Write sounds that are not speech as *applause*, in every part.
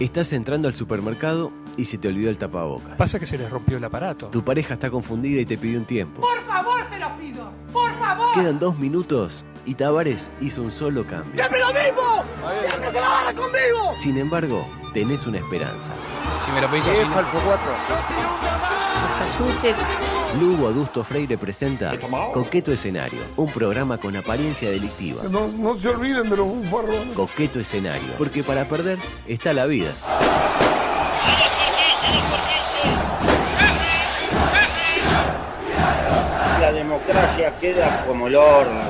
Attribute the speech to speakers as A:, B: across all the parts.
A: Estás entrando al supermercado y se te olvidó el tapabocas.
B: Pasa que se les rompió el aparato.
A: Tu pareja está confundida y te pidió un tiempo.
C: Por favor, se lo pido. Por favor.
A: Quedan dos minutos y Tavares hizo un solo cambio.
C: ¡Siempre lo mismo! ¡Siempre se la barra conmigo!
A: Sin embargo, tenés una esperanza.
D: Si me lo pedís así, no.
E: Ayute,
A: Lugo Adusto Freire presenta Coqueto Escenario, un programa con apariencia delictiva.
F: No, no se olviden de los bufarrones.
A: Coqueto Escenario, porque para perder está la vida.
G: La democracia queda como el horno.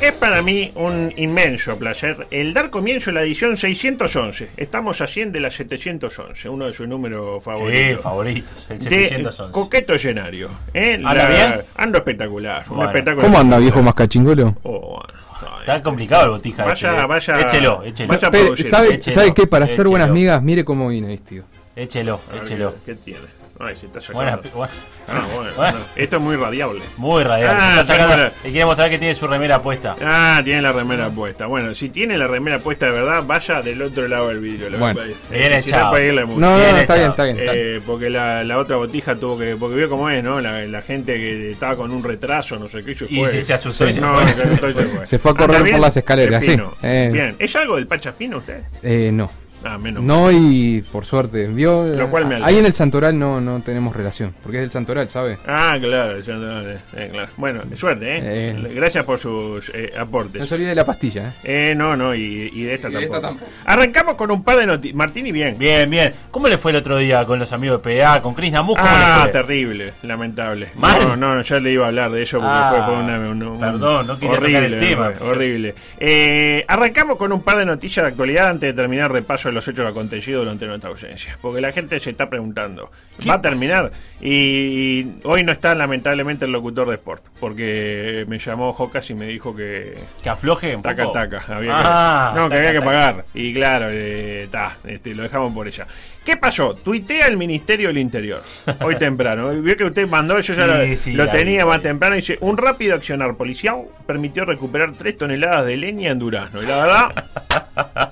H: Es para mí un inmenso placer el dar comienzo a la edición 611. Estamos a 100 de la 711, uno de sus números
D: Sí,
H: favoritos.
D: favoritos. El
H: De
D: 711.
H: coqueto escenario. ¿eh?
D: ¿Anda
H: La-
D: bien?
H: Ando espectacular. un
D: Bueno.
H: espectáculo.
I: ¿Cómo anda, viejo mascachingolo?
H: Oh, bueno. Ay,
D: Está complicado el botija.
H: Vaya,
D: échelo.
H: vaya.
D: Échelo, échelo.
H: Vaya-
I: Pero,
H: produciendo.
I: ¿Sabe,
D: Échelo,
I: ¿Sabe qué? Para hacer
D: échelo.
I: buenas migas, mire cómo este, vine vestido.
D: Échelo,
H: ay,
D: échelo.
H: ¿Qué tiene? Ay, se está sacando.
D: Buena, buena-
H: Ah, bueno,
D: Bueno.
H: no. Esto es muy radiable.
D: muy radiante.
H: Ah,
D: Está sacando-
H: bueno.
D: Le quiere mostrar que tiene su remera puesta.
H: Ah, tiene la remera puesta. Bueno, si tiene la remera puesta de verdad, vaya del otro lado del vidrio. Lo
I: Bueno.
H: que pasa es-
D: Bien
H: sin
D: echado.
H: apagarle mucho.
I: No, no, no,
D: bien
I: está bien,
D: echado.
I: está bien. está bien.
H: Eh, porque la, la otra botija tuvo que. Porque vio cómo es, ¿no? La, la gente que estaba con un retraso, no sé qué, y se
D: Y
H: fue.
D: se- se asustó y se
H: No,
D: fue.
H: se asustó y se fue.
I: Se fue a correr
H: Eh, ¿Anda
I: por
H: bien?
I: las escaleras, sí.
H: Pepino.
I: Eh.
H: Bien. ¿Es algo del Pachapino usted?
I: Eh, no.
H: Ah, menos. mal.
I: No, y por suerte, vio. Ah,
H: Lo cual me alegra.
I: ahí en el Santoral no, no tenemos relación, porque es del Santoral, ¿sabe?
H: Ah, claro, yo no- eh, claro. Bueno, suerte, ¿eh?
I: Eh.
H: Gracias por sus eh, aportes.
I: No se olvide de la pastilla, ¿eh?
H: Eh, no, no, y, y de esta tampoco. Arrancamos con un par de noticias. Martini, bien.
D: Bien, bien. ¿Cómo le fue el otro día con los amigos de PA, con Chris Namus? ¿Cómo
H: Ah,
D: le fue?
H: terrible, lamentable.
D: ¿Mal?
H: No, no, ya le iba a hablar de eso porque
D: Ah,
H: fue, fue una, un- un-
D: perdón, no quería tocar el tema.
H: fue Horrible. Eh, arrancamos con un par de noticias de actualidad antes de terminar el repaso de los hechos acontecidos durante nuestra ausencia. Porque la gente se está preguntando,
D: ¿Qué
H: ¿va a terminar? Y, y hoy no está lamentablemente el locutor de Sport, porque me llamó Jocas y me dijo que,
D: Que afloje un
H: Taca,
D: poco.
H: taca. Había
D: Ah,
H: que, no, que
D: taca,
H: había que
D: taca.
H: pagar. Y claro, eh, ta, este, lo dejamos por ella. ¿Qué pasó? Tuitea el Ministerio del Interior.
D: *laughs*
H: Hoy temprano. Vio que usted mandó, yo ya
D: Sí,
H: lo,
D: sí,
H: lo
D: ahí,
H: tenía
D: ahí.
H: más temprano. Dice: Un rápido accionar policial permitió recuperar 3 toneladas de leña en Durazno. Y la verdad.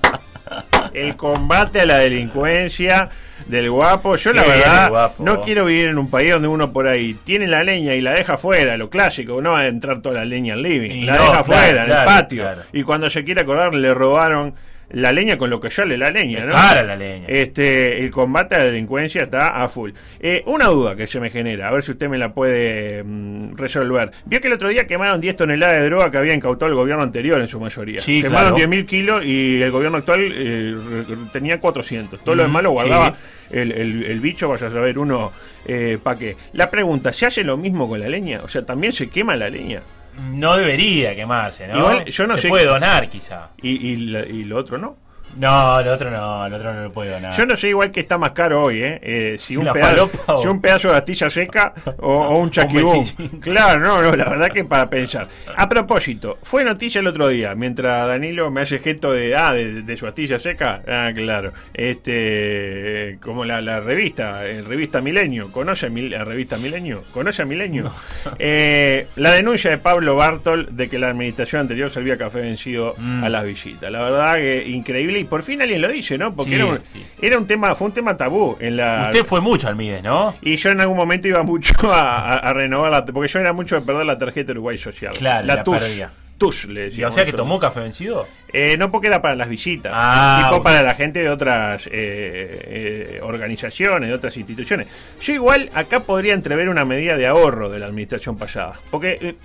H: El combate a la delincuencia del guapo. Yo, la
D: Qué bien
H: verdad,
D: el guapo.
H: no quiero vivir en un país donde uno por ahí tiene la leña y la deja afuera, lo clásico. No va a entrar toda la leña al living,
D: Y
H: la
D: no,
H: deja
D: claro,
H: afuera, en el
D: claro,
H: patio.
D: claro.
H: Y cuando se quiere acordar, le robaron la leña con lo que sale la leña,
D: Es
H: ¿no?
D: cara la leña.
H: Este, el combate a la delincuencia está a full. Eh, una duda que se me genera, a ver si usted me la puede mm, resolver. Vio que el otro día quemaron 10 toneladas de droga que había incautado el gobierno anterior en su mayoría.
D: Sí,
H: quemaron
D: claro.
H: 10.000 kilos y el gobierno actual eh, re- re- tenía 400. Todo lo demás lo guardaba
D: sí.
H: el, el- el bicho, vaya a saber uno eh, para qué. La pregunta, ¿se hace lo mismo con la leña? O sea, ¿también se quema la leña?
D: No debería quemarse, ¿no?
H: Igual, yo no
D: Se
H: sé-
D: puede donar, quizá.
H: Y, y la- y lo otro no.
D: No, el otro no, el otro no lo puede donar.
H: Yo no sé igual que está más caro hoy, ¿eh? Eh, si, un
D: ¿La
H: pedazo,
D: falopa o-
H: si un pedazo de astilla seca o, o
D: *laughs*
H: un chaquibú.
D: 25.
H: Claro, no, no, la verdad que para pensar. A propósito, fue noticia el otro día, mientras Danilo me hace gesto de, ah, de, de su astilla seca. Ah, claro. Este, eh, como la, la revista, el revista Milenio. ¿Conoce a Mil- la revista Milenio? ¿Conoce a Milenio? Eh, la denuncia de Pablo Bartol de que la administración anterior servía café vencido
D: Mm.
H: a las visitas. La verdad que increíble. Y por fin alguien lo dice, ¿no? Porque
D: Sí,
H: era, un,
D: sí.
H: era un tema, fue un tema tabú en la.
D: Usted fue mucho al Mides, ¿no?
H: y yo en algún momento iba mucho a, a- a renovar la. Porque yo era mucho de perder la tarjeta Uruguay Social.
D: Claro, la
H: TUS.
D: parodia.
H: TUS, le
D: Y,
H: decía.
D: o sea que tomó café vencido.
H: Eh, no porque era para las visitas,
D: Ah,
H: tipo
D: ok.
H: para la gente de otras eh, eh, organizaciones, de otras instituciones. Yo igual acá podría entrever una medida de ahorro de la administración pasada, porque eh,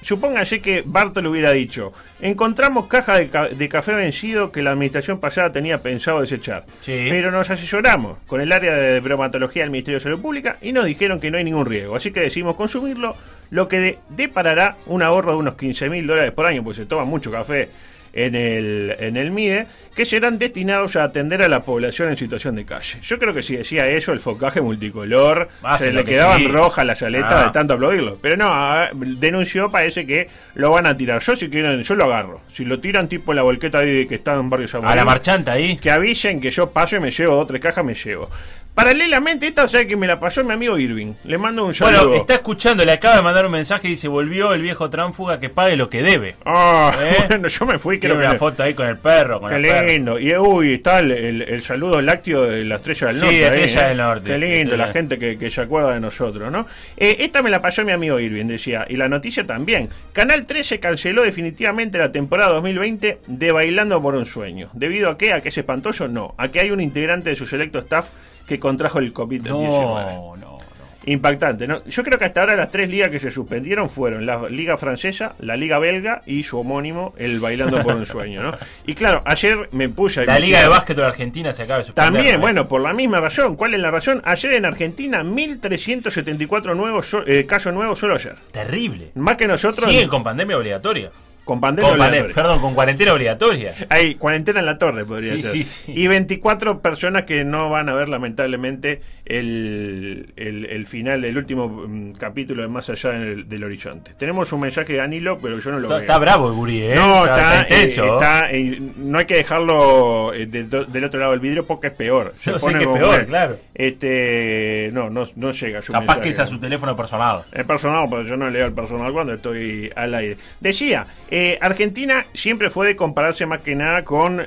H: supóngase que Bartol hubiera dicho, encontramos caja de, ca- de café vencido que la administración pasada tenía pensado desechar,
D: Sí.
H: pero nos asesoramos con el área de bromatología del Ministerio de Salud Pública y nos dijeron que no hay ningún riesgo, así que decidimos consumirlo, lo que de- deparará un ahorro de unos 15 mil dólares por año, porque se toma mucho café en el, en el MIDE, que serán destinados a atender a la población en situación de calle. Yo creo que si decía eso, el focaje multicolor,
D: Hacen
H: se
D: lo
H: le
D: que
H: quedaban
D: Ah, sí.
H: rojas las aletas
D: Ah.
H: de tanto aplaudirlo. Pero no, ah, denunció, parece que lo van a tirar. Yo si quieren, yo lo agarro. Si lo tiran tipo en la volqueta ahí que está en Barrio San
D: A la
H: Martín,
D: marchanta ahí.
H: que avisen que yo paso y me llevo dos o tres cajas, me llevo. Paralelamente, esta ya que me la pasó mi amigo Irving. Le mando un
D: Bueno,
H: saludo.
D: está escuchando, le acaba de mandar un mensaje y dice, volvió el viejo tránfuga que pague lo que debe.
H: Ah,
D: ¿Eh?
H: *laughs* bueno, yo me fui,
D: Tiene
H: creo que.
D: una foto ahí con el perro, con
H: Qué
D: el perro.
H: lindo. Y uy, está el, el- el saludo lácteo de la estrella del
D: Sí,
H: norte.
D: de
H: ahí,
D: Estrella
H: ¿eh?
D: del Norte. Este,
H: Qué lindo,
D: Estrella.
H: la gente que, que se acuerda de nosotros, ¿no? Eh, esta me la pasó mi amigo Irving, decía. Y la noticia también. Canal 13 canceló definitivamente la temporada 2020 de Bailando por un Sueño. ¿Debido a qué? ¿A que es espantoso? No. A que hay un integrante de su selecto staff que contrajo el COVID-19.
D: No, no, no.
H: Impactante, ¿no? Yo creo que hasta ahora las tres ligas que se suspendieron fueron la Liga Francesa, la Liga Belga y su homónimo, el Bailando por un Sueño, ¿no? Y claro, ayer me puse... a-
D: La Liga de Básquet de Argentina se acaba de suspender.
H: También,
D: ¿no?
H: bueno, por la misma razón. ¿Cuál es la razón? Ayer en Argentina, 1.374 nuevos, so- eh, casos nuevos solo ayer.
D: Terrible.
H: Más que nosotros...
D: Siguen con pandemia obligatoria.
H: Con pandemia.
D: Con pande-
H: obligatoria.
D: perdón, con cuarentena obligatoria.
H: Hay cuarentena en la torre, podría
D: Sí,
H: ser.
D: sí, sí.
H: Y 24 personas que no van a ver, lamentablemente, el, el- el final del último mm, capítulo de Más Allá del, del Horizonte. Tenemos un mensaje de Danilo, pero yo no lo
D: Está,
H: veo.
D: está bravo el gurí, ¿eh?
H: No, está, eh,
D: intenso.
H: está, eh, no hay que dejarlo eh, de- do- del otro lado del vidrio porque es peor. Se
D: No sé
H: pone
D: qué es
H: como-
D: peor, claro.
H: Este, no, no, no llega. su
D: Capaz que
H: mensaje.
D: es a su teléfono personal.
H: El personal, pero yo no leo el personal cuando estoy al aire. Decía, eh, Argentina siempre fue de compararse más que nada con, eh,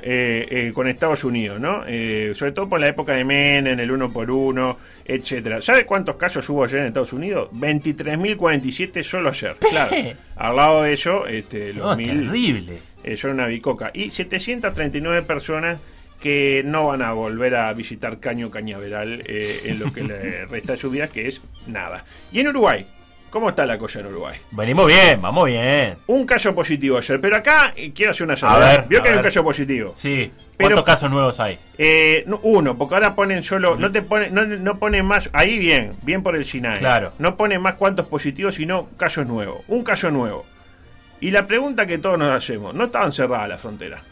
H: eh, con Estados Unidos, ¿no? Eh, sobre todo por la época de Menem, el uno por uno, etcétera. ¿Sabe cuántos casos hubo ayer en Estados Unidos? 23.047 solo ayer. Claro. Al lado de eso, este, los
D: No,
H: mil
D: terrible.
H: eh, son una bicoca. Y 739 personas que no van a volver a visitar Caño Cañaveral eh, en lo que
D: *laughs*
H: le resta de su vida, que es nada. Y en Uruguay, ¿cómo está la cosa en Uruguay?
D: Venimos bien, vamos bien.
H: Un caso positivo ayer, pero acá eh, quiero hacer una
D: A
H: llamada.
D: ver,
H: Vio que
D: a
H: hay un
D: ver.
H: caso positivo.
D: Sí.
H: Pero-
D: ¿Cuántos casos nuevos hay?
H: Eh, no, uno, porque ahora ponen solo, no te ponen, no, no ponen más, ahí bien, bien por el SINAE.
D: Claro.
H: No ponen más cuantos positivos, sino casos nuevos. Un caso nuevo. Y la pregunta que todos nos hacemos, ¿no estaban cerradas las fronteras?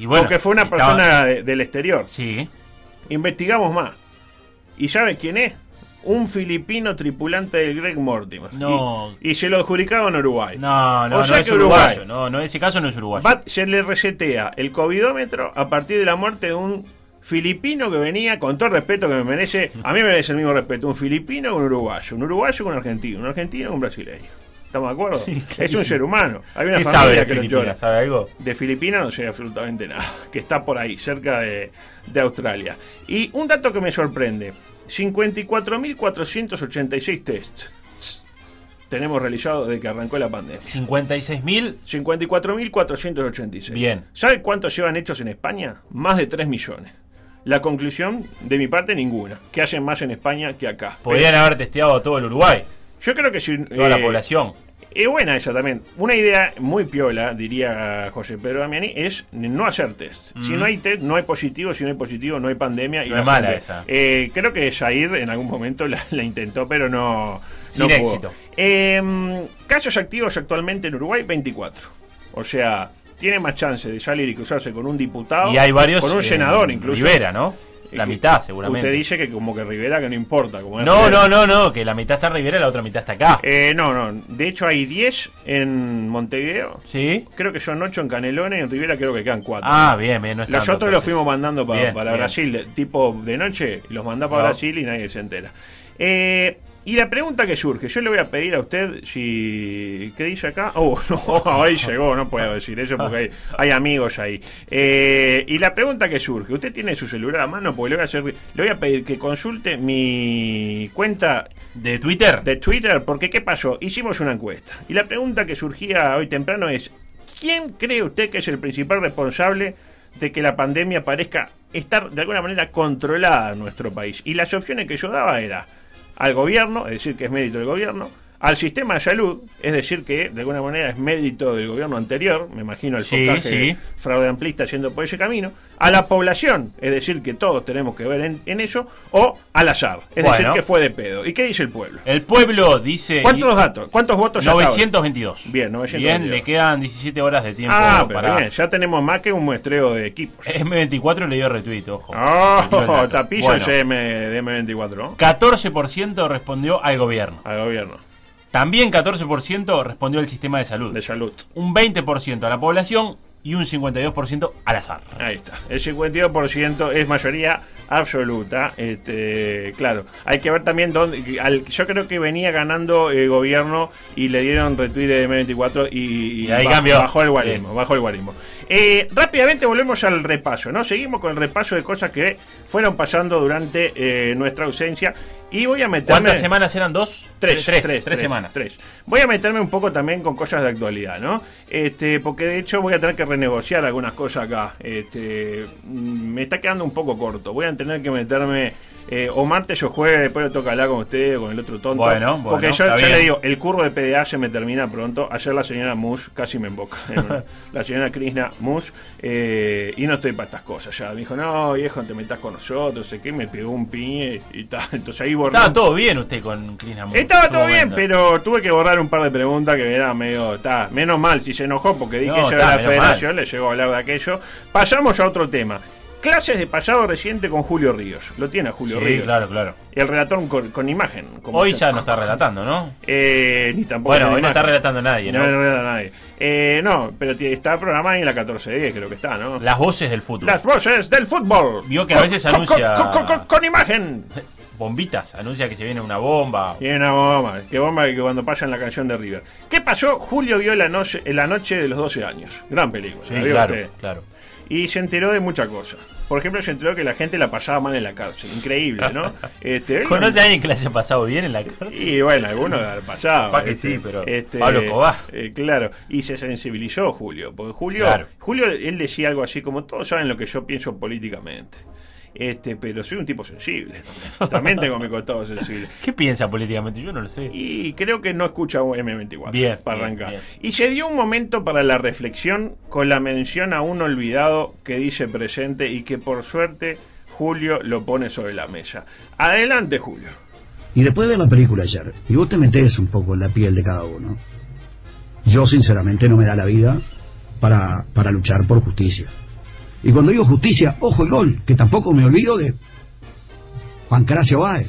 D: Y bueno,
H: porque fue una
D: estaba-
H: persona de- del exterior.
D: Sí.
H: Investigamos más. ¿Y sabe quién es? Un filipino tripulante del Greg Mortimer.
D: No.
H: Y, y se lo adjudicaron en Uruguay.
D: No, no,
H: Eh, O sea
D: no es
H: que Uruguay.
D: uruguayo. No, no, en ese caso no es uruguayo.
H: Va- se le resetea el covidómetro a partir de la muerte de un filipino que venía, con todo el respeto que me
D: *laughs*
H: merece, a mí me merece el mismo respeto, un filipino con un uruguayo, un uruguayo con un argentino, un argentino con un brasileño. ¿Estamos de acuerdo? es un ser humano. Hay una
D: ¿Qué
H: familia
D: sabe de
H: que lo
D: Filipinas?
H: llora.
D: ¿Sabe algo?
H: De Filipinas no sé absolutamente nada, *laughs* que está por ahí, cerca de, de Australia. Y un dato que me sorprende, 54.486 test tenemos realizados desde que arrancó la pandemia.
D: 56.000.
H: 54.486.
D: Bien.
H: ¿Sabe cuántos llevan hechos en España? Más de 3 millones. La conclusión, de mi parte, ninguna. Que hacen más en España que acá.
D: Podrían haber testeado todo el Uruguay,
H: Pero Yo creo que si...
D: toda la
H: eh,
D: población.
H: Es buena esa también. Una idea muy piola, diría José Pedro Damiani, es no hacer test. Si no hay test, no hay positivo. Si no hay positivo, no hay pandemia. Y
D: No
H: la
D: es mala
H: gente-
D: esa.
H: Eh, creo que Jair en algún momento la, la intentó, pero no.
D: Sin
H: no pudo.
D: éxito.
H: Eh, casos activos actualmente en Uruguay, 24. O sea, tiene más chance de salir y cruzarse con un diputado.
D: Y hay varios.
H: Ah, Con un
D: eh,
H: senador, incluso.
D: Rivera, ¿no? La
H: Eh,
D: mitad, seguramente.
H: Usted dice que como que Rivera, que no importa. Como es
D: No,
H: Rivera.
D: no, no, no, que la mitad está en Rivera y la otra mitad está acá.
H: Eh, no, no. De hecho, hay 10 en Montevideo.
D: ¿Sí?
H: Creo que son ocho en Canelones y en Rivera creo que quedan cuatro.
D: Ah, bien, bien, no está.
H: Nosotros los fuimos mandando pa-
D: Bien,
H: para
D: bien.
H: Brasil, de- tipo de noche, los mandaba para
D: No.
H: Brasil y nadie se entera. Eh, y la pregunta que surge, yo le voy a pedir a usted si... ¿Qué dice acá? Oh, *laughs* no, ahí llegó, no puedo decir eso porque hay, hay amigos ahí. Eh, y la pregunta que surge, ¿usted tiene su celular a mano? Porque le voy a, hacer, le voy a pedir que consulte mi cuenta
D: ¿De Twitter?
H: de Twitter, porque ¿qué pasó? Hicimos una encuesta. Y la pregunta que surgía hoy temprano es, ¿quién cree usted que es el principal responsable de que la pandemia parezca estar de alguna manera controlada en nuestro país? Y las opciones que yo daba era al gobierno, es decir, que es mérito del gobierno, al sistema de salud, es decir, que de alguna manera es mérito del gobierno anterior, me imagino el
D: Sí,
H: focaje
D: sí.
H: fraude amplista yendo por ese camino, a la población, es decir, que todos tenemos que ver en, en eso, o al azar, es decir,
D: Bueno.
H: que fue de pedo. ¿Y qué dice el pueblo?
D: El pueblo dice.
H: ¿Cuántos datos? ¿Cuántos votos ya
D: 922.
H: Bien, 922.
D: Bien, le quedan 17 horas de tiempo
H: Ah, pero
D: para. Eh,
H: bien, ya tenemos más que un muestreo de equipos.
D: M24 le dio retweet, ojo. Le dio el
H: Oh,
D: dato.
H: tapillo
D: Bueno,
H: de M24, ¿no?
D: 14% respondió al gobierno.
H: Al gobierno,
D: También 14% respondió al sistema de
H: de
D: salud.
H: salud.
D: Un 20% a la población y un 52% al azar.
H: Ahí está. El 52% es mayoría absoluta. Este, claro, hay que ver también dónde. al- yo creo que venía ganando el gobierno y le dieron retweet de M24 y,
D: Y ahí
H: baj-
D: cambió.
H: bajó el guarismo. Bajó el guarismo. Eh, rápidamente volvemos al repaso, ¿no? Seguimos con el repaso de cosas que fueron pasando durante eh, nuestra ausencia. Y voy a meterme.
D: ¿Cuántas semanas eran? ¿Dos?
H: Tres,
D: Tres, tres, semanas.
H: tres. Voy a meterme un poco también con cosas de actualidad, ¿no? Este, porque de hecho voy a tener que renegociar algunas cosas acá. Este, mm, me está quedando un poco corto. Voy a tener que meterme eh, o martes o jueves, después lo toca hablar con usted o con el otro tonto.
D: Bueno, bueno,
H: Porque yo,
D: está
H: yo
D: bien.
H: le digo, el curro de PDA se me termina pronto. Ayer la señora Mush casi me
D: *laughs*
H: emboca. la señora Krishna Mush. eh, y no estoy para estas cosas ya. Me dijo, no, viejo, te metas con nosotros. Sé que me pegó un piñe y tal. Entonces ahí borré
D: Estaba
H: un
D: todo bien usted con Clean Amor.
H: estaba
D: en su
H: todo bien,
D: momento.
H: pero tuve que borrar un par de preguntas que era medio. ta, menos mal, si se enojó porque dije
D: No,
H: yo de
D: ta,
H: la
D: menos
H: federación, le llegó a hablar de aquello. Pasamos a otro tema. Clases de pasado reciente con Julio Ríos. Lo tiene Julio
D: Sí,
H: Ríos.
D: claro, claro.
H: El relator con, con imagen. como
D: Hoy
H: se-
D: ya no está relatando, ¿no?
H: Eh, ni tampoco.
D: Bueno,
H: tiene
D: hoy no está
H: imagen.
D: relatando nadie,
H: No, no
D: ¿no?
H: relata nadie. Eh, no, pero t- está programada en la 1410, creo que está, ¿no?
D: Las voces del fútbol.
H: Las voces del fútbol.
D: Vio que a
H: Con-
D: veces
H: con-
D: anuncia-
H: con- con- con- con imagen.
D: Bombitas, anuncia que se viene una bomba.
H: Tiene una bomba, que bomba que cuando pasa en la canción de River. ¿Qué pasó? Julio vio la noche, la noche de los 12 años. Gran película.
D: Sí,
H: ¿la vio
D: claro,
H: usted?
D: claro.
H: Y se enteró de muchas cosas. Por ejemplo, se enteró que la gente la pasaba mal en la cárcel. Increíble,
D: *laughs*
H: ¿no? Este,
D: ¿Conoce a alguien que la haya pasado bien en la cárcel?
H: y bueno, algunos de pasado.
D: Capaz que sí, pero Pablo Escobar.
H: eh, claro, y se sensibilizó Julio, porque Julio,
D: Claro.
H: Julio, él decía algo así como, todos saben lo que yo pienso políticamente. Este, pero soy un tipo sensible. También tengo mi costado sensible.
D: ¿Qué piensa políticamente? Yo no lo sé.
H: Y creo que no escucha M24
D: Bien,
H: para
D: bien,
H: arrancar.
D: bien.
H: Y se dio un momento para la reflexión con la mención a un olvidado que dice presente y que por suerte Julio lo pone sobre la mesa. Adelante, Julio.
B: Y después de ver la película ayer, y vos te metés un poco en la piel de cada uno, yo sinceramente no me da la vida para, para luchar por justicia. Y cuando digo justicia, ojo y gol, que tampoco me olvido de Juan Cracio Báez.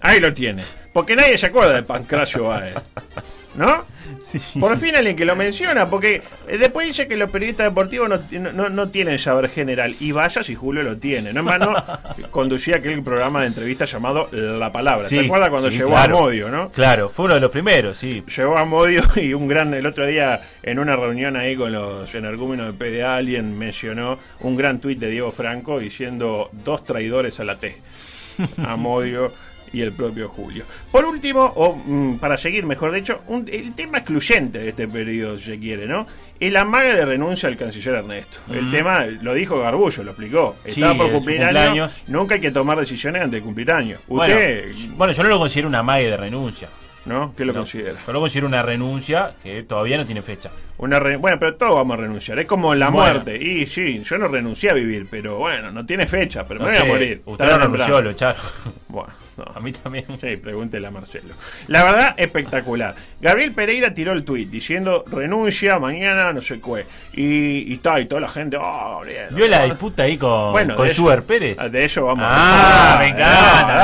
H: Ahí lo tiene. Porque nadie se acuerda de Pancracio Baez.
D: *laughs*
H: ¿No? Por fin alguien que lo menciona, porque eh, después dice que los periodistas deportivos no, no- no- no tienen saber general. Y vaya si Julio lo tiene. No en
D: *laughs*
H: vano conducía aquel programa de entrevista llamado La Palabra. ¿Se
D: Sí,
H: acuerda cuando
D: sí,
H: llegó
D: claro.
H: a Modio, no?
D: Claro, fue uno de los primeros, sí.
H: Llegó a Modio *laughs* y un gran, el otro día en una reunión ahí con los energúmenos de PDA, alguien mencionó un gran tuit de Diego Franco diciendo dos traidores a la T.
D: *laughs*
H: A Modio y el propio Julio. Por último, o mm, para seguir mejor dicho, un- el tema excluyente de este periodo, si se quiere, ¿no? El amague de renuncia al canciller Ernesto. El tema, lo dijo Garbullo, lo explicó.
D: Sí,
H: Estaba por
D: es su
H: cumplir años.
D: cumpleaños.
H: Nunca hay que tomar decisiones antes de cumplir años.
D: Bueno,
H: Usted,
D: bueno, yo no lo considero una mague de renuncia.
H: ¿no? ¿Qué lo
D: No,
H: considera?
D: Yo lo considero una renuncia que todavía no tiene fecha.
H: Una re- bueno, pero todos vamos a renunciar. Es como la
D: Bueno.
H: muerte. Y sí, yo no renuncié a vivir, pero bueno, no tiene fecha, pero
D: No
H: me voy
D: sé,
H: a morir.
D: Usted
H: Tarde
D: no
H: o temprano.
D: renunció, lo echaron.
H: Bueno, no.
D: A mí también.
H: Sí, pregúntele a Marcelo. La verdad, espectacular. Gabriel Pereira tiró el tuit diciendo renuncia mañana, no sé qué. Y, y tal, y toda la gente. ah, bien,
D: ¿Vio la
H: ah.
D: disputa ahí con,
H: Bueno,
D: con
H: de eso-
D: Schubert Pérez?
H: ah, De eso vamos.
D: Ah, me
H: eh,
D: encanta,
H: ah,
D: me
H: ah.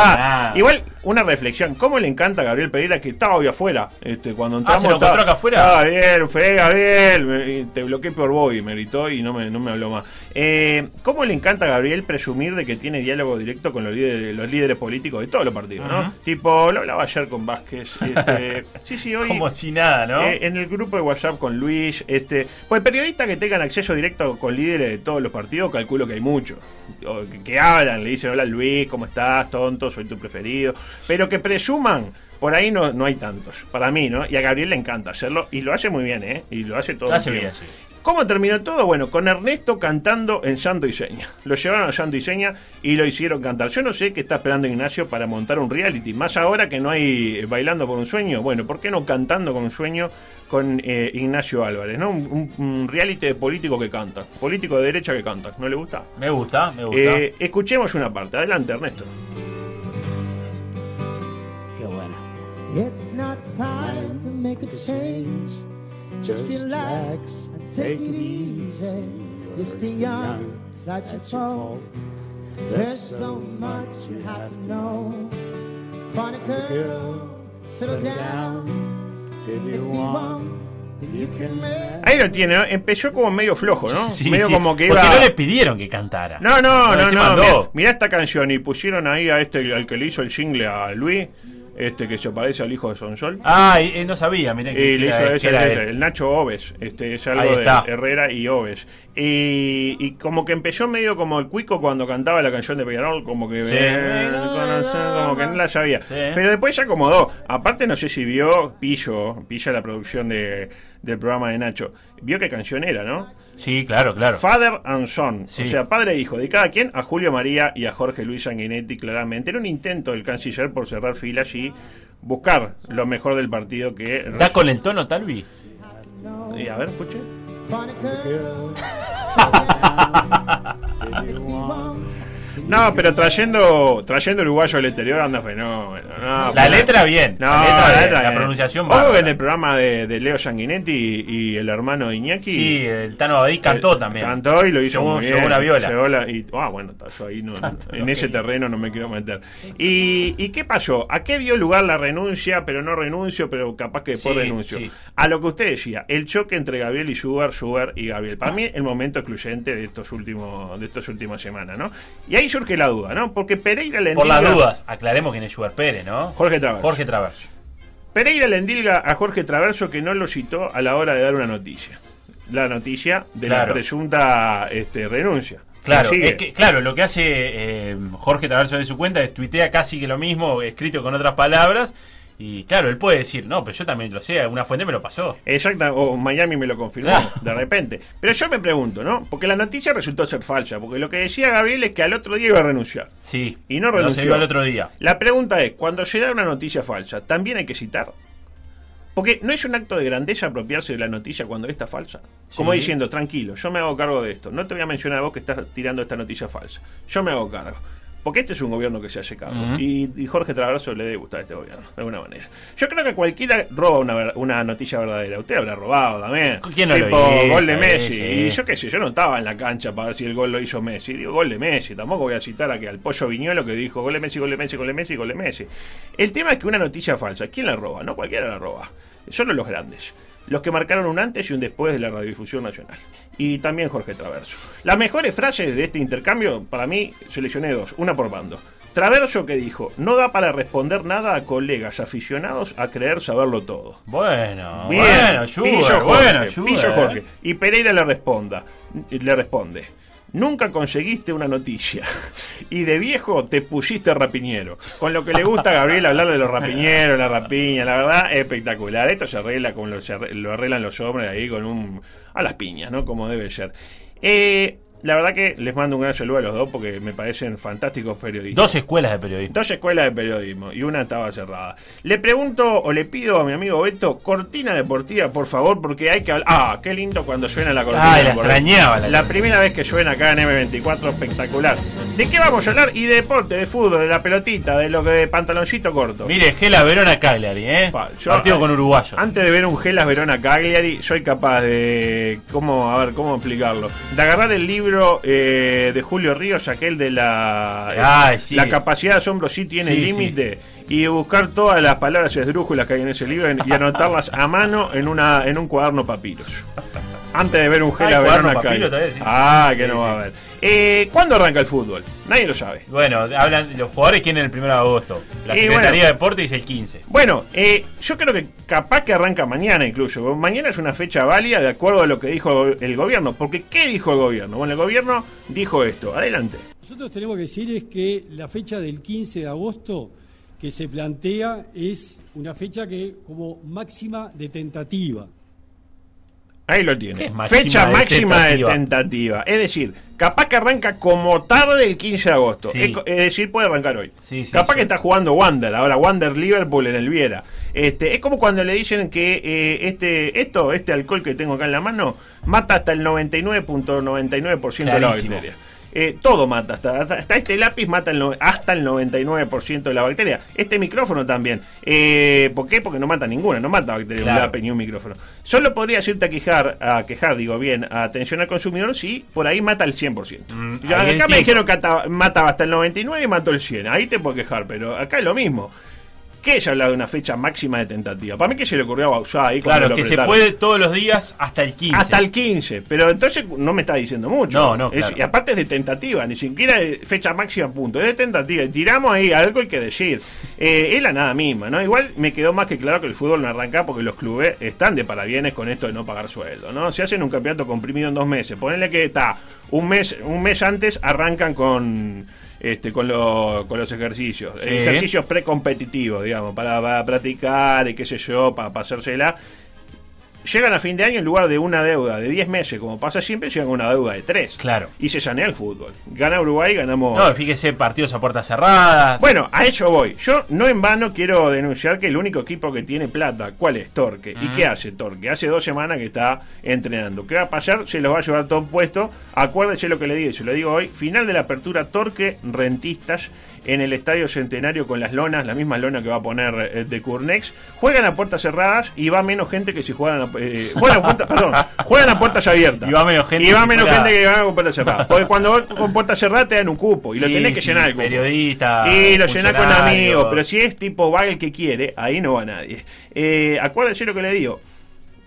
D: encanta.
H: Igual, una reflexión. ¿Cómo le encanta a Gabriel Pereira que estaba hoy afuera? Este, cuando entramos,
D: Ah, ¿se lo encontró
H: estaba-
D: acá afuera?
H: estaba Gabriel, Fede Gabriel, me- y te bloqueé por Bobby, me gritó y no me, no me habló más. Eh, ¿Cómo le encanta a Gabriel presumir de que tiene diálogo directo con los líderes, los líderes políticos de todos los partidos, ¿no? Tipo, lo hablaba ayer con Vázquez.
D: *laughs*
H: este, sí, sí, hoy.
D: *laughs* Como si nada, ¿no?
H: Eh, en el grupo de WhatsApp con Luis, este, pues periodistas que tengan acceso directo con líderes de todos los partidos, calculo que hay muchos. O que, que hablan, le dicen, hola Luis, ¿cómo estás? Tonto, soy tu preferido. Pero que presuman, por ahí no, no hay tantos. Para mí, ¿no? Y a Gabriel le encanta hacerlo y lo hace muy bien, ¿eh? Y lo hace todo.
D: Lo
H: el
D: hace
H: tiempo.
D: bien, sí.
H: ¿Cómo terminó todo? Bueno, con Ernesto cantando en Santo y Seña. Lo llevaron a Santo y Seña y lo hicieron cantar. Yo no sé qué está esperando Ignacio para montar un reality. Más ahora que no hay eh, bailando por un sueño. Bueno, ¿por qué no cantando con un sueño con eh, Ignacio Álvarez? ¿no? Un, un- un reality de político que canta. Político de derecha que canta. ¿No le gusta?
D: Me gusta, me gusta.
H: Eh, escuchemos una parte. Adelante, Ernesto.
G: Qué bueno.
E: It's not time to make a change. Just relax and take it easy. You're still young, that's your fault. There's so much you have to know. Funny girl, settle down. If you want
H: Ahí lo tiene, ¿no? empezó como medio flojo, ¿no?
D: Sí,
H: medio
D: sí,
H: como que
D: porque
H: iba.
D: no le pidieron que cantara.
H: No, no, no,
D: se
H: no.
D: mandó.
H: Mirá, mirá esta canción y pusieron ahí a este, al que le hizo el jingle a Luis, este que se parece al hijo de Sonsol.
D: Ah, y- eh, no sabía, mirá. que-
H: Y
D: que
H: le hizo
D: era-
H: ese,
D: que era
H: ese,
D: él.
H: el Nacho Oves, este es
D: Ahí
H: algo de
D: está.
H: Herrera y Oves. Y, y como que empezó medio como el cuico cuando cantaba la canción de Peñarol, como que
D: Sí.
H: eh, conoce- como que no la sabía.
D: Sí.
H: Pero después se acomodó. Aparte no sé si vio Pillo, Pilla la producción de, del programa de Nacho. Vio qué canción era, ¿no?
D: Sí, claro, claro.
H: Father and Son,
D: Sí.
H: o sea, padre e hijo de cada quien, a Julio María y a Jorge Luis Sanguinetti, claramente. Era un intento del canciller por cerrar filas y buscar lo mejor del partido que.
D: ¿Está con el tono, Talvi?
H: Y a ver, escuche. No, pero trayendo trayendo uruguayo al exterior anda fenómeno. No,
D: La
H: pero-
D: letra bien.
H: Ah, No,
D: la letra, bien,
H: letra
D: la
H: bien.
D: pronunciación
H: Ojo que en
D: va.
H: el programa de, de Leo Sanguinetti y, y el hermano de Iñaki.
D: Sí, el Tano Abadí cantó
H: Eh,
D: también.
H: Cantó y lo hizo
D: Llevó-
H: muy bien.
D: llevó una viola.
H: Llevó la- y, ah, bueno, está, yo ahí no, en ese terreno no me quiero meter. ¿Y, y qué pasó? ¿A qué dio lugar la renuncia? Pero no renuncio, pero capaz que después
D: Sí,
H: renuncio.
D: sí.
H: A lo que usted decía, el choque entre Gabriel y Sugar, Sugar y Gabriel. Para mí, el momento excluyente de estos últimos de estas últimas semanas, ¿no? Y ahí surge la duda, ¿no? Porque Pereira le
D: Por las
H: endilga-
D: dudas, aclaremos quién es Sugar Pérez, ¿no?
H: Jorge Traverso.
D: Jorge Traverso.
H: Pereira le endilga a Jorge Traverso que no lo citó a la hora de dar una noticia. La noticia de la
D: Claro.
H: presunta este, renuncia.
D: Claro,
H: Sigue.
D: es que, claro, lo que hace eh, Jorge Traverso de su cuenta es tuitea casi que lo mismo, escrito con otras palabras. Y claro, él puede decir, no, pero yo también lo sé, una fuente me lo pasó.
H: Exacta, o Miami me lo confirmó
D: Claro.
H: de repente. Pero yo me pregunto, ¿no? Porque la noticia resultó ser falsa, porque lo que decía Gabriel es que al otro día iba a renunciar.
D: Sí.
H: Y no
D: No
H: renunció.
D: se vio al otro día.
H: La pregunta es, cuando se da una noticia falsa, ¿también hay que citar? Porque no es un acto de grandeza apropiarse de la noticia cuando esta falsa. Como
D: Sí.
H: diciendo, tranquilo, yo me hago cargo de esto. No te voy a mencionar a vos que estás tirando esta noticia falsa. Yo me hago cargo. Porque este es un gobierno que se hace cargo.
D: Ujú.
H: y, y Jorge Traverso le debe gustar a este gobierno, de alguna manera. Yo creo que cualquiera roba una, ver- una noticia verdadera. Usted habrá robado también.
D: ¿Quién no lo
H: tipo,
D: hizo?
H: gol de
D: Sí,
H: Messi.
D: sí.
H: Y yo qué sé, yo no estaba en la cancha para ver si el gol lo hizo Messi. Digo, gol de Messi. Tampoco voy a citar a que al pollo Viñuelo que dijo gol de Messi, gol de Messi, gol de Messi, gol de Messi. El tema es que una noticia falsa, ¿quién la roba? No cualquiera la roba. Solo los grandes. Los que marcaron un antes y un después de la radiodifusión nacional. Y también Jorge Traverso. Las mejores frases de este intercambio, para mí, seleccioné dos, una por bando. Traverso que dijo, no da para responder nada a colegas aficionados a creer saberlo todo.
D: Bueno,
H: Bien.
D: Ah, bueno, Sugar,
H: Pillo Jorge,
D: bueno, eh. Sugar.
H: Pillo Jorge. Y Pereira le responda, le responde. Nunca conseguiste una noticia. *laughs* Y de viejo te pusiste rapiñero. Con lo que le gusta a Gabriel hablar de los rapiñeros, la rapiña, la verdad, espectacular. Esto se arregla como lo, se arre- lo arreglan los hombres ahí con un. a las piñas, ¿no? Como debe ser. Eh, la verdad que les mando un gran saludo a los dos porque me parecen fantásticos periodistas.
D: Dos escuelas de periodismo.
H: Dos escuelas de periodismo y una estaba cerrada. Le pregunto o le pido a mi amigo Beto, cortina deportiva, por favor, porque hay que hablar. Ah, qué lindo cuando suena la cortina.
D: Ay, la
H: deportiva.
D: extrañaba la-
H: La primera vez que suena acá en M24, espectacular. ¿De qué vamos a hablar? Y de deporte, de fútbol, de la pelotita, de lo que de pantaloncito corto.
D: Mire, Gela Verona Cagliari, ¿eh?
H: Pa, yo-
D: Partido con uruguayo.
H: Antes de ver un Gelas Verona Cagliari, soy capaz de. ¿Cómo? A ver, ¿cómo explicarlo? De agarrar el libro eh, de Julio Ríos, aquel de la. eh,
D: Ay, sí.
H: La capacidad de asombro sí tiene
D: Sí,
H: límite. Y buscar todas las palabras esdrújulas que hay en ese libro y anotarlas a mano en, una, en un cuaderno papiros. Antes de ver un Gelas
D: Ah, cuaderno
H: Verona
D: papiro
H: Cagliari.
D: todavía, sí, sí.
H: ah, que
D: Sí,
H: no
D: sí.
H: va a haber. Eh, ¿Cuándo arranca el fútbol? Nadie lo sabe.
D: Bueno, hablan los jugadores quieren el 1 de agosto. La
H: Y
D: Secretaría
H: bueno.
D: de Deporte dice el 15.
H: Bueno, eh, yo creo que capaz que arranca mañana incluso. Mañana es una fecha válida de acuerdo a lo que dijo el gobierno. Porque ¿qué dijo el gobierno? Bueno, el gobierno dijo esto. Adelante.
J: Nosotros tenemos que decir es que la fecha del 15 de agosto que se plantea es una fecha que como máxima de tentativa.
H: Ahí lo
D: ¿Qué
H: tiene.
D: es máxima
H: fecha
D: de
H: máxima
D: tentativa?
H: de tentativa. Es decir, capaz que arranca como tarde el 15 de agosto.
D: Sí.
H: Es, co- es decir, puede arrancar hoy.
D: Sí, sí,
H: capaz
D: sí.
H: que está jugando Wander, ahora Wander Liverpool en el Viera. Este, es como cuando le dicen que eh, este, esto, este alcohol que tengo acá en la mano, mata hasta el 99.99% de la
D: Clarísimo.
H: bacteria. Eh, todo mata, hasta, hasta- hasta este lápiz mata el no- hasta el 99% de la bacteria. Este micrófono también. Eh, ¿Por qué? Porque no mata ninguna, no mata bacteria un
D: Claro.
H: lápiz ni un micrófono. Solo podría irte a quejar, a quejar, digo bien, a atención al consumidor si por ahí mata el 100%.
D: Mm,
H: Ya,
D: ahí es
H: acá me
D: distinto.
H: dijeron que ata- mataba hasta el 99 y mató el 100. Ahí te puedo quejar, pero acá es lo mismo. ¿Qué es hablar de una fecha máxima de tentativa? Para mí que se le ocurrió a Bausá ahí cuando
D: Claro,
H: lo
D: que se
H: apretaron.
D: puede todos los días hasta el 15.
H: Hasta el 15, pero entonces no me está diciendo mucho.
D: No, no,
H: Es-
D: claro.
H: y aparte es de tentativa, ni siquiera de fecha máxima, punto. Es de tentativa. Y tiramos ahí algo hay que decir. Eh, es la nada misma, ¿no? Igual me quedó más que claro que el fútbol no arranca porque los clubes están de parabienes con esto de no pagar sueldo, ¿no? Se hacen un campeonato comprimido en dos meses. Ponele que está un mes, un mes antes arrancan con. Este, con, lo- con los ejercicios.
D: Sí.
H: Ejercicios precompetitivos, digamos, para, para practicar y qué sé yo, para pasársela llegan a fin de año en lugar de una deuda de 10 meses, como pasa siempre, llegan a una deuda de 3.
D: Claro.
H: Y se sanea el fútbol. Gana Uruguay, ganamos.
D: No, fíjese, partidos a puertas cerradas.
H: bueno, a eso voy. Yo no en vano quiero denunciar que el único equipo que tiene plata, ¿cuál es? Torque. ¿Y
D: Mm.
H: qué hace Torque? Hace dos semanas que está entrenando. ¿Qué va a pasar? Se los va a llevar todo puesto. Acuérdese lo que le dije, se lo digo hoy. Final de la apertura Torque Rentistas en el Estadio Centenario con las lonas, la misma lona que va a poner eh, de Curnex. Juegan a puertas cerradas y va menos gente que si juegan a, eh, juegan a puertas, perdón, juegan a puertas abiertas.
D: Y va menos gente
H: Y va
D: que
H: menos
D: fuera-
H: gente que van con puertas cerradas. Porque cuando van con puertas cerradas te dan un cupo y lo
D: Sí,
H: tenés que
D: sí,
H: llenar el cupo.
D: Periodista.
H: Y lo llena con
D: funcionario.
H: amigos, pero si es tipo va el que quiere, ahí no va nadie. Eh, acuérdense lo que le digo.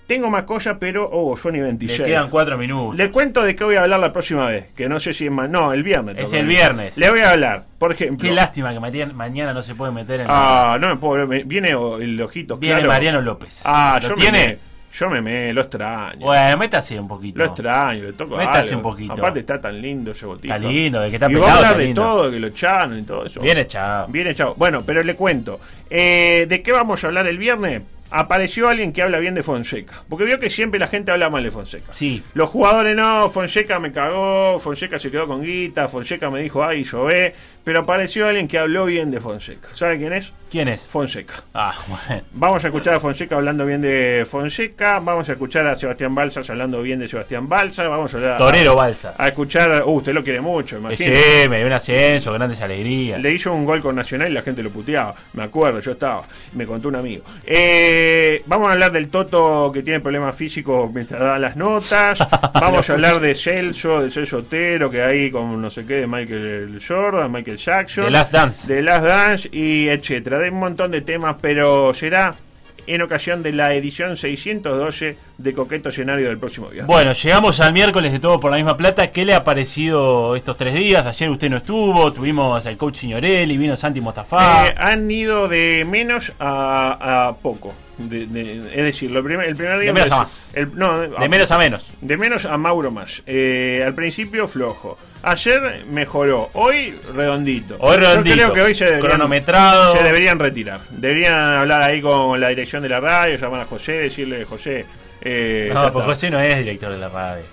H: Tengo más cosas, pero. Oh, Johnny
D: Le
H: 26.
D: quedan cuatro minutos.
H: Le cuento de qué voy a hablar la próxima vez. Que no sé si es más. No, el viernes.
D: Es
H: toca.
D: el viernes.
H: Le voy a hablar, por ejemplo.
D: Qué lástima que Marian- mañana no se puede meter en.
H: Ah, no me puedo. ver, me- Viene o- el ojito.
D: Viene
H: claro.
D: Mariano López.
H: Ah,
D: ¿Lo
H: yo
D: tiene?
H: Me, yo me, me lo extraño.
D: Bueno, métase un poquito.
H: Lo extraño, le toco
D: Métase
H: algo.
D: un poquito.
H: Aparte está tan lindo ese botito.
D: Está lindo, de que está
H: y va
D: pelado,
H: a hablar
D: está
H: de
D: lindo.
H: todo, que lo echaron y todo eso.
D: Bien echado.
H: Bien echado. Bueno, pero le cuento. Eh, ¿De qué vamos a hablar el viernes? Apareció alguien que habla bien de Fonseca. Porque vio que siempre la gente habla mal de Fonseca.
D: Sí.
H: Los jugadores no, Fonseca me cagó, Fonseca se quedó con guita, Fonseca me dijo, ay, llové. Pero apareció alguien que habló bien de Fonseca. ¿Sabe quién es?
D: ¿Quién es?
H: Fonseca.
D: Ah, *laughs* bueno.
H: Vamos a escuchar a Fonseca hablando bien de Fonseca. Vamos a escuchar a Sebastián Balsas hablando bien de Sebastián Balsas. Vamos a hablar. a-
D: Torero Balsas.
H: A escuchar. Uh, usted lo quiere mucho, imagino.
D: Sí, me dio un ascenso, grandes alegrías.
H: Le hizo un gol con Nacional y la gente lo puteaba. Me acuerdo, yo estaba. Me contó un amigo. Eh, vamos a hablar del Toto que tiene problemas físicos mientras da las notas. Vamos a hablar de Celso, de Celso Otero, que ahí con no sé qué, de Michael Jordan, Michael Jackson.
D: The Last Dance.
H: De Last Dance y etcétera. De un montón de temas, pero será en ocasión de la edición 612 de Coqueto Escenario del próximo viernes.
D: Bueno, llegamos al miércoles de todo por la misma plata. ¿Qué le ha parecido estos tres días? Ayer usted no estuvo, tuvimos al coach Signorelli, vino Santi Mostafá.
H: Eh, han ido de menos a, a poco. De- de- es decir, lo primer- el primer día.
D: De menos
H: empezó-
D: a
H: el- no,
D: de menos a menos.
H: de menos a Mauro más. Eh, al principio flojo. Ayer mejoró. Hoy redondito.
D: Hoy redondito.
H: Yo creo que hoy se deberían,
D: Cronometrado.
H: se deberían retirar. Deberían hablar ahí con la dirección de la radio, llamar a José, decirle, José. eh, ya
D: No, pues
H: está".
D: porque José no es director de la radio.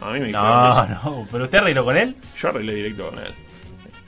H: A mí me dijeron
D: No, no, pero usted arregló con él.
H: que- Yo arreglé directo con él.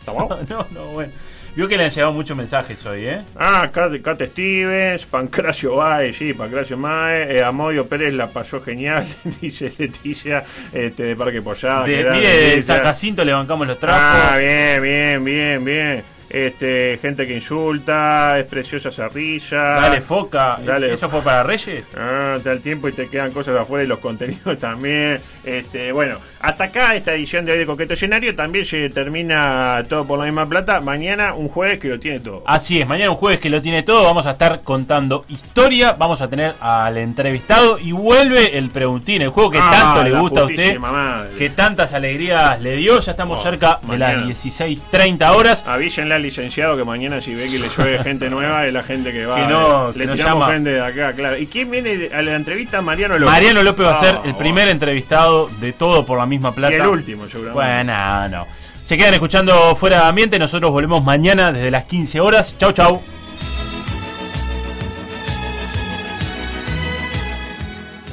H: ¿Está
D: No,
H: bueno?
D: *laughs* no, no, bueno. Vio que le han llegado muchos mensajes hoy, ¿eh?
H: Ah, Cat, Cat Stevens, Pancracio Bae, sí, Pancracio Bae, eh, Amodio Pérez la pasó genial, *laughs* dice Leticia, este, de Parque Pollada.
D: De-
H: que era
D: mire, de
H: Leticia.
D: San Jacinto le bancamos los trapos.
H: Ah, bien, bien, bien, bien. Este, gente que insulta, es preciosa esa risa.
D: Dale foca.
H: Ah, Dale.
D: ¿Eso fue para Reyes?
H: Ah, te da el tiempo y te quedan cosas afuera y los *laughs* contenidos también. Este, bueno, hasta acá esta edición de hoy de Coqueto Escenario. También se termina todo por la misma plata. Mañana un jueves que lo tiene todo.
D: Así es, mañana un jueves que lo tiene todo, vamos a estar contando historia, vamos a tener al entrevistado y vuelve el preguntín, el juego que
H: Ah,
D: tanto le
H: la
D: gusta a usted,
H: putísima madre.
D: que tantas alegrías le dio, ya estamos
H: Oh,
D: cerca
H: mañana. Ah,
D: de las 16.30 horas.
H: Avísenle al licenciado que mañana si ve que le llueve gente nueva es la gente que va.
D: Que no,
H: le
D: que no
H: tiramos
D: llama.
H: gente de acá, claro. ¿Y quién viene de- a la entrevista? Mariano López.
D: Mariano López va a
H: Ah,
D: ser el
H: bueno.
D: primer entrevistado de todo por la misma plata.
H: Y el último, seguramente.
D: Bueno, no. Se quedan escuchando fuera de ambiente, nosotros volvemos mañana desde las 15 horas. Chau, chau.